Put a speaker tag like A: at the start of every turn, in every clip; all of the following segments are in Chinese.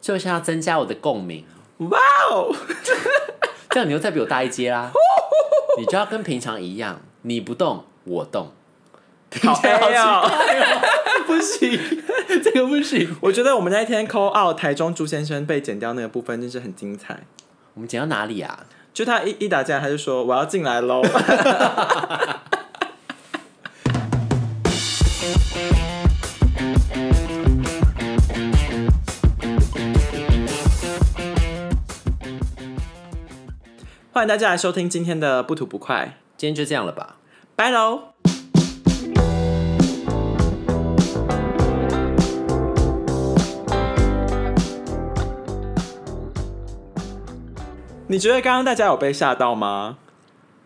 A: 所以我现在要增加我的共鸣，
B: 哇哦，
A: 这样你又再比我大一阶 啦，你就要跟平常一样，你不动我动，
B: 好
A: 听起来
B: A
A: 好
B: 哦！
A: 不行，这个不行。
B: 我觉得我们那一天 call out 台中朱先生被剪掉那个部分真是很精彩。
A: 我们讲到哪里啊？
B: 就他一一打进来，他就说我要进来喽。 欢迎大家来收听今天的不吐不快，
A: 今天就这样了吧。
B: 拜喽。你觉得刚刚大家有被吓到吗？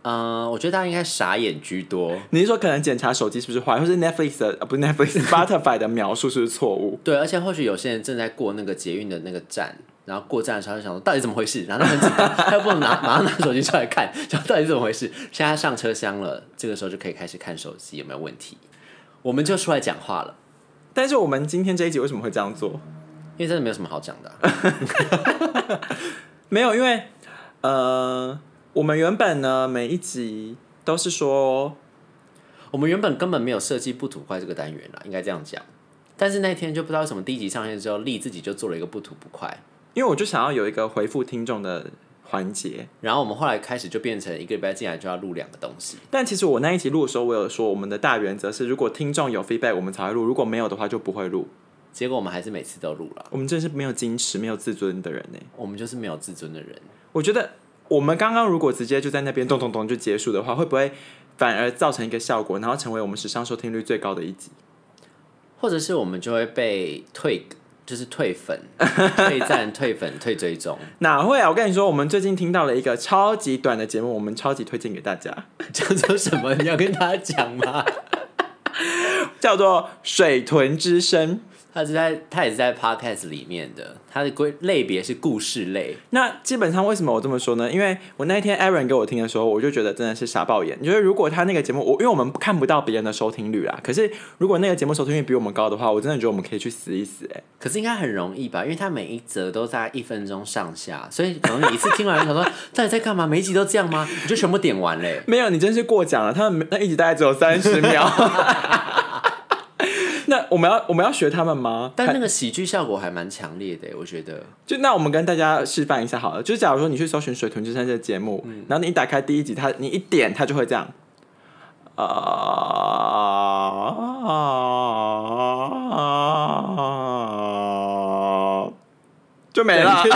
A: 嗯、我觉得大家应该傻眼居多。
B: 你是说可能检查手机是不是坏，或是 Netflix 的、呃、不是 Netflix，Spotify 的描述是不是错误？
A: 对，而且或许有些人正在过那个捷运的那个站，然后过站的时候就想说到底怎么回事，然后他很紧张，他又不能拿马上拿手机出来看，想到底怎么回事。现在上车厢了，这个时候就可以开始看手机有没有问题，我们就出来讲话了，
B: 但是我们今天这一集为什么会这样做？
A: 因为真的没有什么好讲的啊、
B: 没有，因为呃，我们原本呢每一集都是说，
A: 我们原本根本没有设计不吐不快这个单元啦，应该这样讲。但是那天就不知道为什么第一集上线之后，丽自己就做了一个不吐不快，
B: 因为我就想要有一个回复听众的环节。
A: 然后我们后来开始就变成一个礼拜进来就要录两个东西。
B: 但其实我那一集录的时候，我有说我们的大原则是，如果听众有 feedback，我们才会录；如果没有的话，就不会录。
A: 结果我们还是每次都录了，
B: 我们真是没有矜持、没有自尊的人呢。
A: 我们就是没有自尊的人。
B: 我觉得我们刚刚如果直接就在那边咚咚咚就结束的话，会不会反而造成一个效果，然后成为我们史上收听率最高的一集？
A: 或者是我们就会被退，就是退粉、退赞、退粉、退追踪，
B: 哪会啊！我跟你说，我们最近听到了一个超级短的节目，我们超级推荐给大家，
A: 叫做什么？你要跟大家讲吗？
B: 叫做《水豚之声》。
A: 他是在他也是在 podcast 里面的，他的归类别是故事类，
B: 那基本上为什么我这么说呢？因为我那一天 Aaron 给我听的时候，我就觉得真的是傻爆眼。就是如果他那个节目，我因为我们看不到别人的收听率啦，可是如果那个节目收听率比我们高的话，我真的觉得我们可以去死一死、欸。
A: 可是应该很容易吧？因为他每一则都在一分钟上下，所以可能你一次听完，想说 到底在干嘛？每一集都这样吗？你就全部点完嘞。
B: 没有，你真是过奖了。他们那一集大概只有三十秒。 那我们要我们要学他们吗？
A: 但那个喜剧效果还蛮强烈的，我觉得。
B: 就那我们跟大家示范一下好了。就是假如说你去搜寻《水豚之声》这个节目，
A: 嗯
B: 然后你一打开第一集，它你一点它就会这样。啊呃就没了。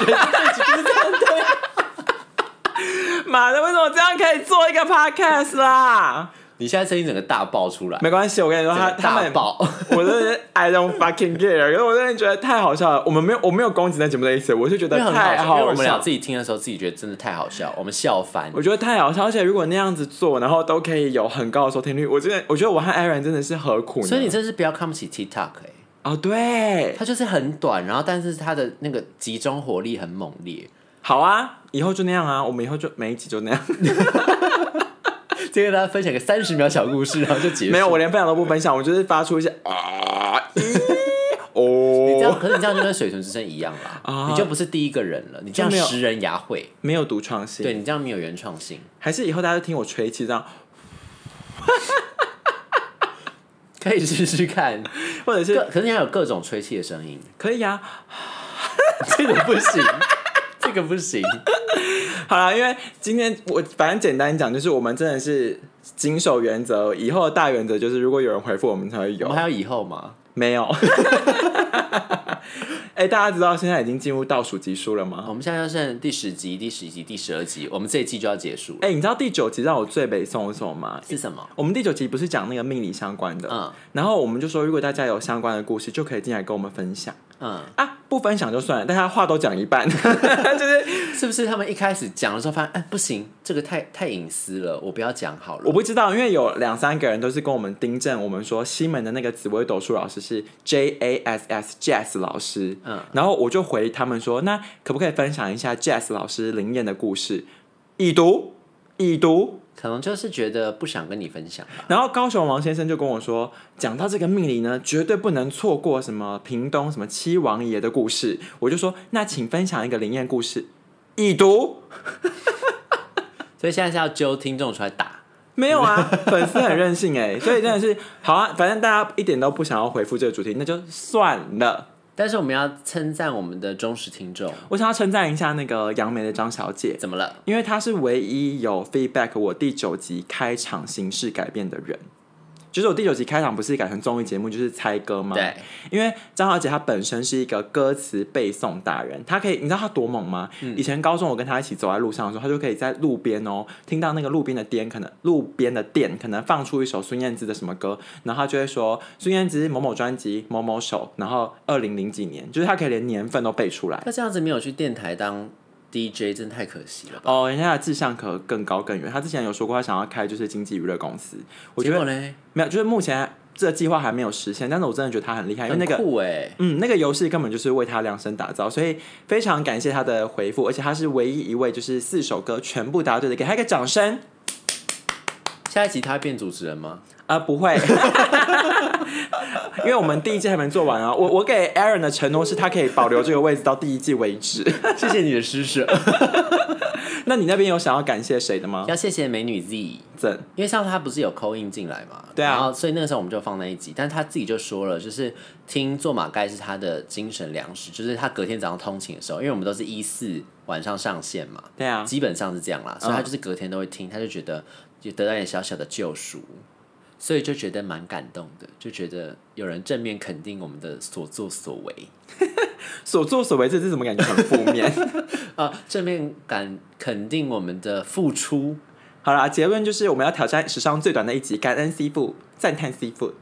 B: 妈的，为什么这样可以做一个 podcast 啦？
A: 你现在声音整个大爆出来，
B: 没关系，我跟你说，他
A: 整个
B: 他
A: 大
B: 们
A: 爆。
B: 我真的是 I don't fucking care，可是我真的觉得太好笑了。我们没有我没有攻击那节目的意思，我是觉得
A: 因为很
B: 太
A: 好笑，因为我们俩
B: 笑。
A: 自己听的时候，自己觉得真的太好笑，我们笑翻。
B: 我觉得太好笑，而且如果那样子做，然后都可以有很高的收听率，我真的我觉得我和 Aaron 真的是何苦呢？
A: 所以你真是不要看不起 TikTok 哎、
B: 哦对，
A: 它就是很短，然后但是它的那个集中火力很猛烈。
B: 好啊，以后就那样啊，我们以后就每一集就那样。
A: 这个大家分享个三十秒小故事，然后就结束。
B: 没有，我连分享都不分享，我就是发出一些啊 咦
A: 你这
B: 哦，
A: 样，可是你这样就跟水豚之声一样啦，
B: 啊
A: 你就不是第一个人了，你这样
B: 就没有
A: 十人牙会，
B: 没有独创性。
A: 对你这样没有原创性。
B: 还是以后大家就听我吹气这样，
A: 可以试试看，
B: 或者
A: 各
B: 是
A: 可是你还有各种吹气的声 音，
B: 可以啊，
A: 这个不行，这个不行。
B: 好啦，因为今天我反正简单讲，就是我们真的是谨守原则，以后的大原则就是如果有人回复我们才
A: 我
B: 会有
A: 们，还有以后吗？
B: 没有。 哎、大家知道现在已经进入倒数集数了吗？
A: 我们现在就剩第十集、第十一集、第十二集，我们这一季就要结束了。
B: 哎、你知道第九集让我最北宋是什么吗？
A: 是什么？
B: 我们第九集不是讲那个命理相关的，
A: 嗯
B: 然后我们就说，如果大家有相关的故事，就可以进来跟我们分享
A: 嗯。
B: 啊，不分享就算了，但他话都讲一半， 就是
A: 是不是他们一开始讲的时候发现，哎、不行，这个太太隐私了，我不要讲好
B: 我
A: 了。
B: 不知道，因为有两三个人都是跟我们订正，我们说西门的那个紫薇斗数老师是 J A S S Jazz 老师，
A: 嗯
B: 然后我就回他们说，那可不可以分享一下 Jazz 老师灵验的故事？已读，已读，
A: 可能就是觉得不想跟你分享吧。
B: 然后高雄王先生就跟我说，讲到这个命理呢，绝对不能错过什么屏东什么七王爷的故事。我就说，那请分享一个灵验故事，已读
A: 所以现在是要揪听众出来打，
B: 没有啊？粉丝很任性哎、所以真的是好啊，反正大家一点都不想要回复这个主题，那就算了。
A: 但是我们要称赞我们的忠实听众，
B: 我想要称赞一下那个杨梅的张小姐，
A: 怎么了？
B: 因为她是唯一有 feedback 我第九集开场形式改变的人。就是我第九集开场不是改成综艺节目，就是猜歌吗？
A: 对，
B: 因为张小姐她本身是一个歌词背诵达人，她可以，你知道她多猛吗？
A: 嗯
B: 以前高中我跟她一起走在路上的时候，她就可以在路边哦，听到那个路边的店，可能路边的店可能放出一首孙燕姿的什么歌，然后她就会说孙燕姿某某专辑某某首，然后二零零几年，就是她可以连年份都背出来。
A: 那这样子没有去电台当 DJ，真太可惜了吧？
B: 哦，人家的志向可更高更远。她之前有说过，她想要开就是经纪娱乐公司。我觉
A: 结
B: 得
A: 果呢，
B: 没有，就是目前这个计划还没有实现，但是我真的觉得她很厉害，因为那个
A: 很酷哎，
B: 嗯，那个游戏根本就是为他量身打造，所以非常感谢他的回复，而且他是唯一一位就是四首歌全部答对的，给他一个掌声
A: 下一集他会变主持人吗？
B: 啊、不会， 因为我们第一季还没做完啊，我我给 Aaron 的承诺是他可以保留这个位置到第一季为止。
A: 谢谢你的施舍，
B: 那你那边有想要感谢谁的吗？
A: 要谢谢美女 Z。
B: 怎？
A: 因为上次他不是有扣印进来嘛，
B: 对啊
A: 然后所以那个时候我们就放那一集，但他自己就说了，就是听做马盖是他的精神粮食，就是他隔天早上通勤的时候，因为我们都是一四晚上上线嘛，
B: 对啊，
A: 基本上是这样啦，所以他就是隔天都会听，他就觉得就得到一点小小的救赎，所以就觉得蛮感动的，就觉得有人正面肯定我们的所作所为，
B: 所作所为这是怎么感觉很负面？
A: 啊、正面感肯定我们的付出，
B: 好啦，结论就是我们要挑战史上最短的一集，感恩 C 父，赞叹 C 父。